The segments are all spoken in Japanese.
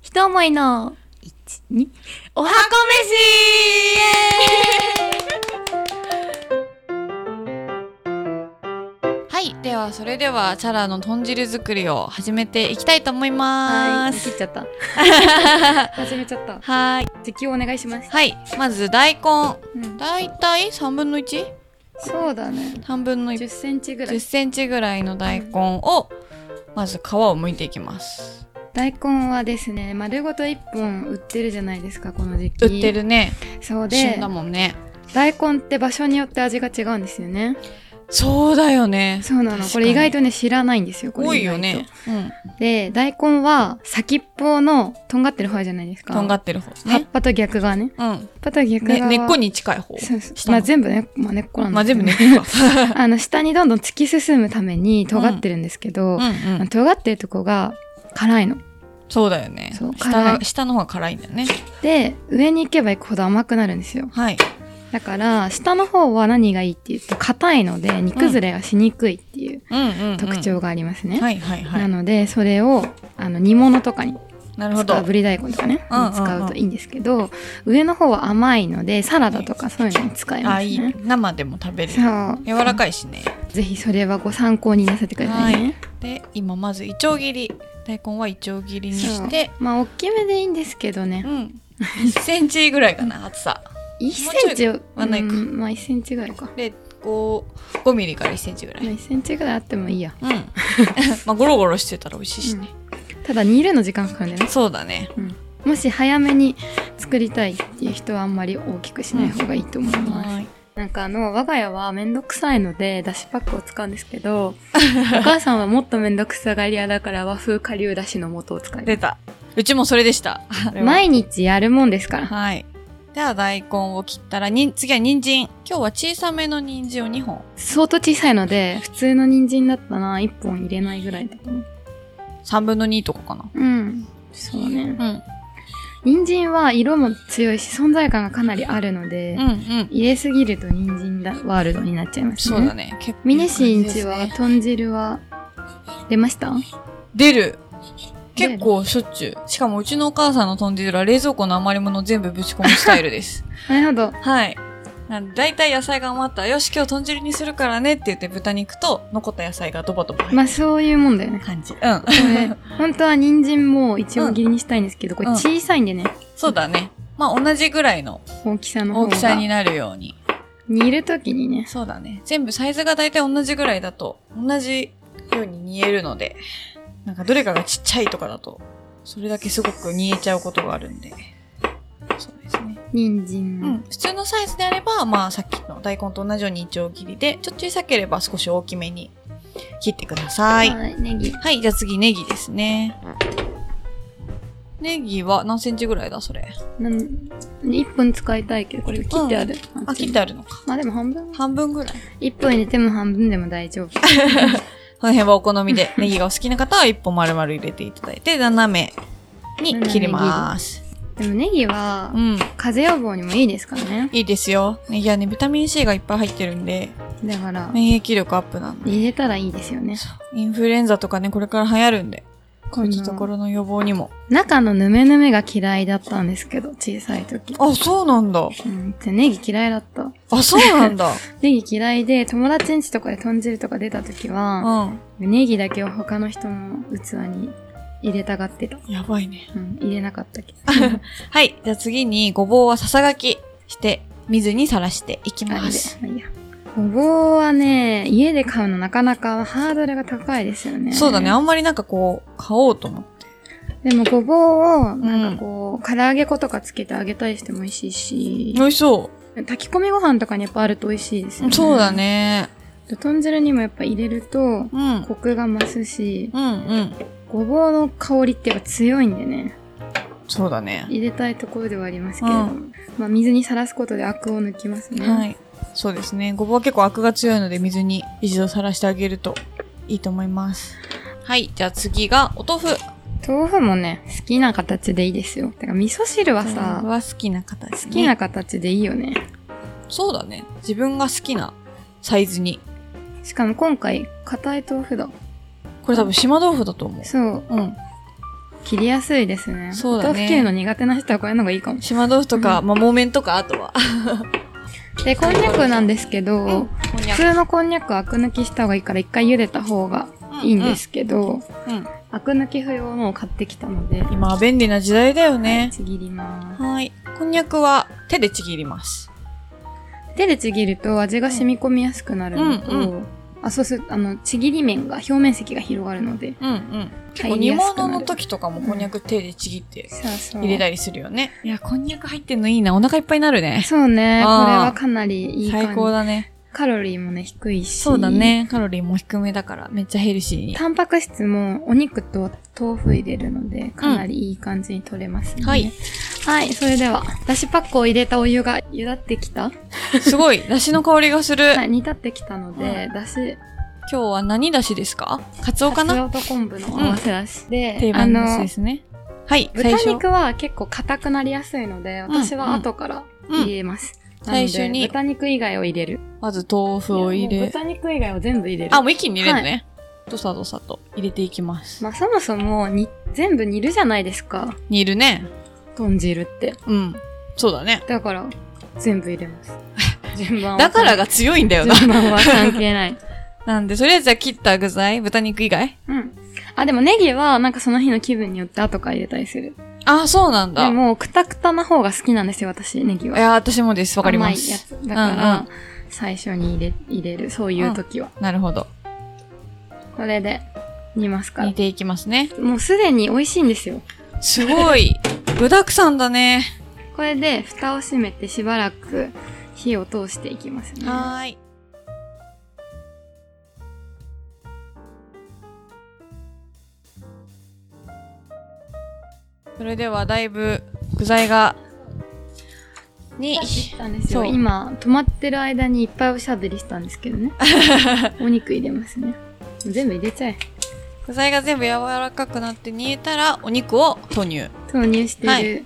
一思いの一二おはこはいではそれではチャラの豚汁作りを始めていきたいと思いはまい、切っすちゃ った。始めちゃった。はい適応お願いします。はいまず大根うん、だいたい3分の 1?3 そうだね。分の十1センチぐら0い。センチぐらいの大根をまず皮を剥いていきます大根はですね、丸ごと一本売ってるじゃないですか、この時期。売って。るねそう旬でだ、もんね大根って場所によって味が違うんですよね。そうだよねそうな確かの。にこれ意外とね、知らないんですよ。これ多いよね。うん意外とで、大根は先っぽのとんがってる方じゃないですか。とんがってる方です葉っねぱと逆側ね。うん葉っぱと逆側ねは。根っこに近い方そうそう下のまあ全部ね、まあ、根っこなんまあですけ全ど 部根っこかあの下にどんどん突き進むために尖ってるんですけど、うんうんあの尖ってるとこが辛いのそうだよねそう下辛がい下の方が辛いんだよねで上に行けば行くほど甘くなるんですよはいだから下の方は何がいいっていうと硬いので煮崩れがしにくいっていううんうんうん特徴がありますね、はいはいはないのでそれをあの煮物とかになるほ使どうぶり大根とかね、うんうんうん使うといいんですけど上の方は甘いのでサラダとかそういうのに使えまあすいいね生でも食べれるそう柔らかいしねぜひそれはご参考になさってくださいね、で今まずいちょう切り大根はいちょう切りにしてまあ大きめでいいんですけどね、うん1センチぐらいかな厚さ1センチをまあないかうんまあ1センチぐらいか、までこう5ミリから1センチぐらあ、い1センチぐらいあってもいいや、うん まあゴロゴロしてたら美味しいしねただ煮るの時間かかるんだよね、そうだねうん、もし早めに作りたいっていう人はあんまり大きくしない方がいいと思います、はいなんかあの我が家はめんどくさいのでだしパックを使うんですけ どお母さんはもっとめんどくさがり屋だから和風顆粒だしの素を使いま出たうちもそれで したす毎日やるもんですからはい。では大根を切ったらに、次は人参。今日は小さめの人参を2本。相当小さいので普通の人参だったら1本入れないぐらいだと思う3分の2とかかな。うんそうねうん。人参は色も強いし存在感がかなりあるので、うんうん。入れすぎると人参だワールドになっちゃいますね。そうだね。結構ミいいネ感じですね。シンチは、豚汁は出ました出る。出る結構しょっちゅう。しかもうちのお母さんの豚汁は冷蔵庫の余り物を全部ぶち込むスタイル です。なるほど。はい。なんだいたい野菜が余ったら、よし、今日豚汁にするからねって言って豚肉と残った野菜がドバドバ入まるあそういうもんだよね。感じ。うん。これ本当は人参も一応切りにしたいんですけど、これうん小さいんでね、そうだね。まあ同じぐらいの大きさの方大が。きさになるように。煮るときにね。そうだね。全部サイズが大体同じぐらいだと、同じように煮えるので、なんかどれかがちっちゃいとかだと、それだけすごく煮えちゃうことがあるんで。そうですね。人参うの、ん。普通のサイズであれば、まあさっきの大根と同じように一丁切りで、ちょっと小さければ少し大きめに切ってください。はい。はい、ネギ。じゃあ次ネギですね。ネギは何センチぐらいだそれ。なん1分使いたいけど、これ切ってある。あ、切ってあるのか。まあでも半分。半分ぐらい。 1分入れても半分でも大丈夫。この辺はお好みで、ネギがお好きな方は一本丸々入れていただいて、斜めに切ります。でもネギはう、ん。風邪予防にもいいですからね。いいですよ。ネギはね、ビタミン C がいっぱい入ってるんで、だから、免疫力アップなんで。入れたらいいですよね。インフルエンザとかね、これから流行るんで、ここうのいったところの予防にも。中のヌメヌメが嫌いだったんですけど、小さい時。あ、そうなんだ。うん、でネギ嫌いだった。あ、そうなんだ。ネギ嫌いで、友達ん家とかで豚汁とか出た時 うは、ん。ネギだけを他の人の器に入れたがってた。やばいね。うん、入れなかったけど。はい。じゃあ次に、ごぼうはささがきして、水にさらしていきあ、いま。いですす。まあいいや。ごぼうはね、家で買うのなかなかハードルが高いですよね。そうだね。あ。んまりなんかこう、買おうと思って。でもごぼうを、なんかこう、唐揚げ粉とかつけて揚げたりしても美味しいし美、味しそ炊き込みご飯とかにやっぱあると美味しいですよう。ね。そうだ。ね。豚汁にもやっぱ入れると、うん。コクが増すし、うんうん。ごぼうの香りってやっぱ強いんでね、そうだね。入れたいところではありますけれども、うまあ水にさらすことでアクを抜きますね。はい。そうですね。ごぼうは結構アクが強いので水に一度さらしてあげるといいと思います。はい。じゃあ次がお豆腐。豆腐もね、好きな形でいいですよ。だから味噌汁は豆腐さ、は好きな方です好ね。きな形でいいよね。そうだね。自分が好きなサイズに。しかも今回、硬い豆腐だ。これ多分島豆腐だと思う。そう。うん。切りやすいですね。そうだね豆腐切るの苦手な人はこういうのがいいかもし島豆腐とか、まあ、木綿とか、あとは。れない。で、こんにゃくなんですけど、うんこんに普ゃく通のこんにゃくはアク抜きした方がいいから一回茹でた方がいいんで。すけど、うんうんアク抜き不要のを買ってきたので、今は便利な時代だよね。ちぎります。はい。こんにゃくは手でちぎります。手でちぎると味が染み込みやすくなるのと、うんあ、そうするあの、ちぎり面が表面積が広がるので、うんうん。結構入り煮やすくな物るの時とかもこんにゃく手でちぎってそうそう。入れたりするよね。いや、こんにゃく入ってんのいいな。お腹いっぱいになるね。そうね。こあーれはかなりいい感じ。最高だね。カロリーもね、低いし。そうだ。ね。カロリーも低めだから、めっちゃヘルシーに。タンパク質もお肉と豆腐入れるので、かなりいい感じに取れますね、はい。はい、それでは、だしパックを入れたお湯が茹だってきたす ごい、だしの香りがする。はい、煮立ってきたので、だし、今日は何だしですかカツオかかつなおと昆布の合わせだし。で定、あ番のだしので、すね。はい、最豚初。肉は結構硬くなりやすいので、私は後から入れます。なので最初に豚肉以外を入れる。まず豆腐を入いやもうれ。豚肉以外を全部入れる。あ、もう一気に入れるのね。どさどさと入れていきます。まあ、そもそもに、全部煮るじゃないですか。煮るね。豚汁って。うん。そうだね。だから、全部入れ ます。順番は。だからが強いんだよな。順番は関係ない。 なんで、とりあえずは切った具材、豚肉以外うん。あ、でもネギは、なんかその日の気分によって後から入れたりする。あ、そうなんだ。でいも、くたくたな方が好きなんですよ、私、ネギは。や、私もです。わかりま甘いやす。つ。だから、うん最初に入れ、入れる。そういう時は。なるほど。これで、煮ますか煮ていきますね。ら。もうすでに美味しいんですよ。すご い。具沢山だね。これで、蓋を閉めてしばらく火を通していきますね。はーい。それではだいぶ具材がにってたんですよそう今止まってる間にいっぱいおしゃべりしたんですけど ねお肉入れますねもう全部入れちゃえ具材が全部柔らかくなって煮えたらお肉を投入投入してる、はい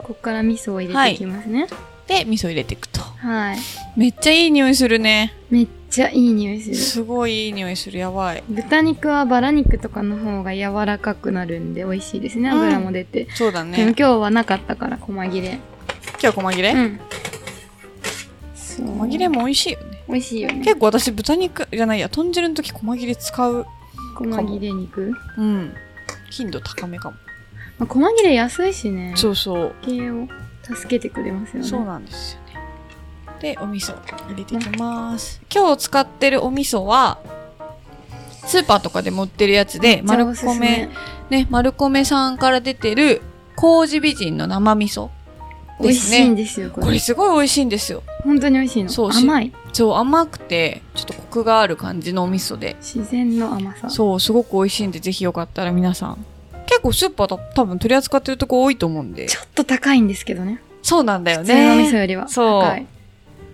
こっから味噌を入れていきますねで味噌入れていくとはいめっちゃいい匂いするねめっちゃいい匂いするすごいいい匂いするやばい豚肉はバラ肉とかの方が柔らかくなるんで美味しいですねうん油も出て、そうだでもね今日はなかったから細切れ今日は細切れ、うんそう細切れも美味しいよね美味しいよね結構私豚肉じゃないや豚汁の時細切れ使う細切れ肉、うん頻度高めかもまあ、細切れ安いしねそうそう系を助けてくれますよねそうなんですよね。で、お味噌入れていきます。今日使ってるお味噌は、スーパーとかでも売ってるやつめっで、ちゃ丸おすす米め、ね、丸米さんから出てる、麹美人の生味噌美で味すしいんね。ですよこれこれすごい美味しいんですよ。本当に美味しいのそうし甘いそう、甘くて、ちょっとコクがある感じのお味噌で。自然の甘さそう、すごく美味しいんで、ぜひよかったら皆さん。結構スーパーと多分取り扱ってるとこ多いと思うんで。ちょっと高いんですけどねそうなんだよ普通の味噌ね。よりはそう高い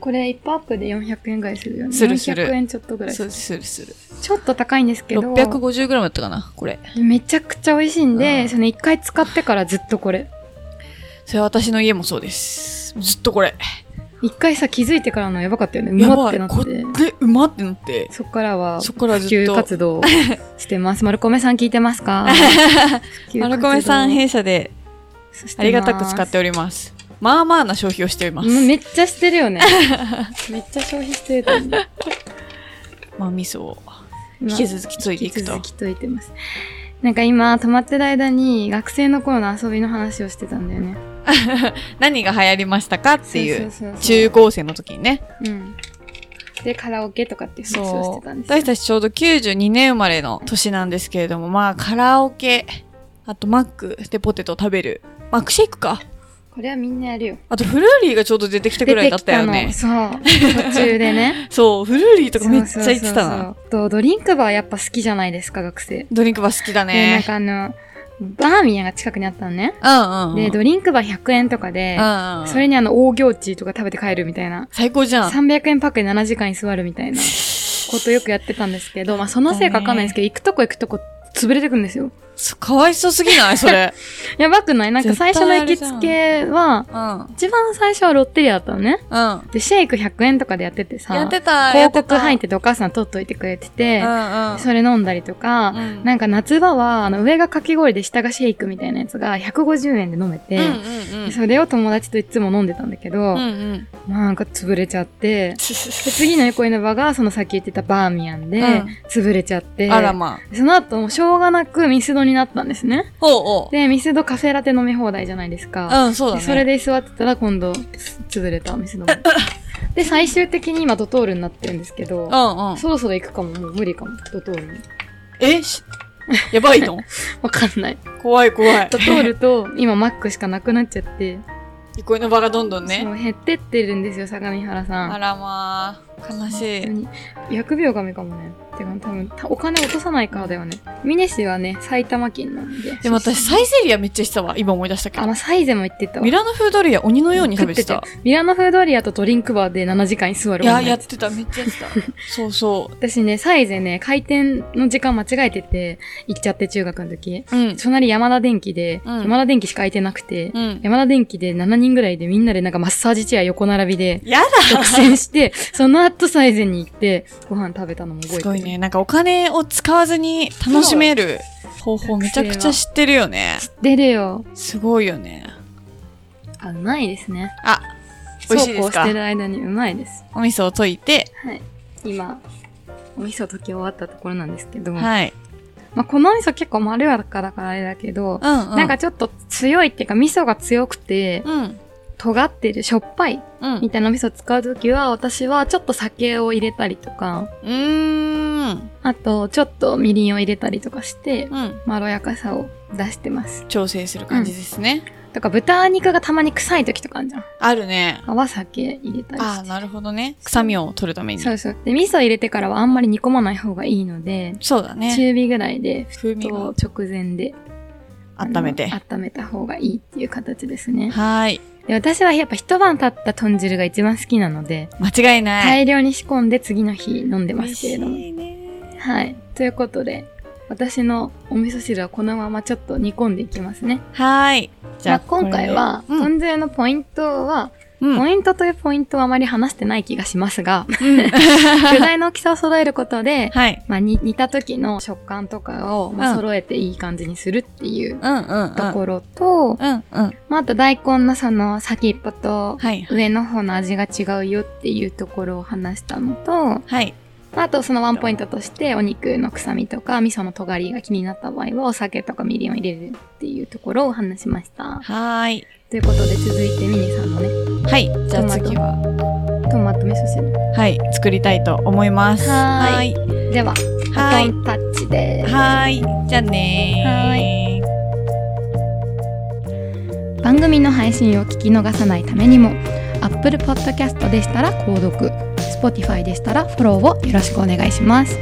これ1パックで400円ぐらいするよねするする400円ちょっとぐらいそうするする。ちょっと高いんですけど 650g だったかな、これ。めちゃくちゃ美味しいんで、うんその1回使ってからずっとこれそれは私の家もそうです。ずっとこれ。 1回さ気づいてからのやばかったよねやうまっばてい。なっこてれ、うまってなって。そっからはそ普っからずっ及と。活動をしてます丸米さん聞いてます か普及活動マルコメさん弊社でしてますありがたく使っております。まあまあな消費をしております。めっちゃしてる よねめっちゃ消費してると思うまあ味噌を今引き続きついて引いきくと続。きといてますなんか今泊まってる間に学生の頃の遊びの話をしてたんだよね何が流行りましたかっていそうう。そうそう中高生の時にね。うんでカラオケとかっていう話をしそてうたん。です私たちちょうど92年生まれの年なんですけれども、まあカラオケ、あとマックでポテト食べる。マックシェイクか。これはみんなやるよあとフルーリーがちょうど出てきたぐらいだったよ出ねて。きたのそう途中でねそう、フルーリー とかめっちゃ言ってそうたな。そうそうとドリンクバーやっぱ好きじゃないですか学生ドリンクバー好きだでなんね。かあのバーミヤンが近くにあったのねうんうんうん。でドリンクバー100円とかでうんうん、それにあの大行地とか食べて帰るみたいな最高じゃん。 300円パックで7時間に座るみたいな ことよくやってたんですけど、まあそのせいかわかんないんですけど、行くとこ行くとこ潰れてくんですよ。そかわいそうすぎないそれ。やばくないなんか最初の行きつけは、うん。うん。一番最初はロッテリアだったのね。やで、シェイク100円とかでやっててさ、ってた、やっ広て告た。入っててお母さん取っといてくれててう、んうん。それ飲んだりとか、うんなんか夏場は、あの、上がかき氷で下がシェイクみたいなやつが150円で飲めて、うんうんうん。それを友達といつも飲んでたんだけど、うんうん。なんか潰れちゃって、で次の横の場がそのさっき言ってたバーミヤンで、うん潰れちゃって、あらまあ。その後もうしょうがなくミスドになったんですね。ほうほで、ミスドカフェラテ飲み放題じゃないですか。う。うん、そうだでね。それで座ってたら今度潰れたお店の もで最終的に今ドトールになってるんですけどうんうん。そろそろ行くかももう無理かもドトールにえしやばいのわかん ない怖い怖い。ドトールと今マックしかなくなっちゃって、 憩いの場がどんどそんね。う減ってってるんですよ相模原さあんらまあ、悲しい。本当に疫病神かもねてか多分たお金落とさないからだよね峰市はね埼玉県なんででも私、サイゼリアめっちゃしてたわ。今思い出したけあど。のサイゼも行ってたわミラノフードリア鬼のように食べてた食。ミラノフードリアとドリンクバーで7時間居座るいや、女やってた。めっちゃやってた。そうそ私ね、サイゼね、開店の時間間違えてて、行っちゃって中学の時。う。うん。隣山田電機で、うん山田電機しか開いてなくて、うん。山田電機で7人ぐらいでみんなでなんかマッサージチェア横並びで、やだ独占して、 その後サイゼに行って、ご飯食べたのも覚えてする。ごいね。なんかお金を使わずに楽しめる方法めちゃくちゃ知ってるよね。出るよ。すごいよね。あ、うまいですね。あ、美味しいですそうこうかしてる間にうまいです。お味噌を溶いて、はい。今、お味噌溶き終わったところなんですけど、はい。まあ、このお味噌結構まろやかだからあれだけど、うんうん。なんか、ちょっと強いっていうか、味噌が強くて、うん。尖ってるしょっぱいうん。みたいな味噌使うときは私はちょっと酒を入れたりとかうーん。あとちょっとみりんを入れたりとかしてうん。まろやかさを出してます調整する感じですね。とか豚肉がたまに臭いときとかあるじゃんあるね。は酒入れたりああ、してなるほどね。臭みを取るために。そうそうで味噌入れてからはあんまり煮込まない方がいいので、そうだね。中火ぐらいで風味沸を騰直前で温めて。あはの温めた方がいいっていう形ですねーい。で私はやっぱ一晩経った豚汁が一番好きなので、間違いない。大量に仕込んで次の日飲んでますけれども美味しいね。はい。ということで、私のお味噌汁はこのままちょっと煮込んでいきますね。はーい。じじゃゃあ、あこれ今で回は、うん豚汁のポイントは、うん。 ポイントというポイントはあまり話してない気がしますが、具材の大きさを揃えることで、はい。まあ、煮煮た時の食感とかを、まうあ、ん揃えていい感じにするっていううんうんうん。ところと、うんうん。まあ、あと大根のその先っぽとはい。上の方の味が違うよっていうところを話したのと、はい。あとそのワンポイントとしてお肉の臭みとか味噌の尖りが気になった場合はお酒とかみりんを入れるっていうところをお話しました。はーい。ということで続いてミネさんのね、はい。じゃあ次は。トマト味噌汁。はい、作りたいと思います。はーい。では、バはトい。ンタッチではい。じゃあねー。す。番組の配信を聞き逃さないためにも、Apple Podcast でしたら購読、Spotify でしたらフォローをよろしくお願いします。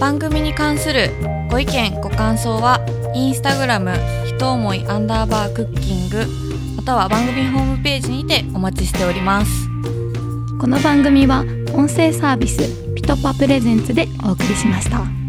番組に関するご意見、ご感想は、インスタグラム、ひと思いアンダーバークッキング、または番組ホームページにてお待ちしております。この番組は音声サービスピトパプレゼンツでお送りしました。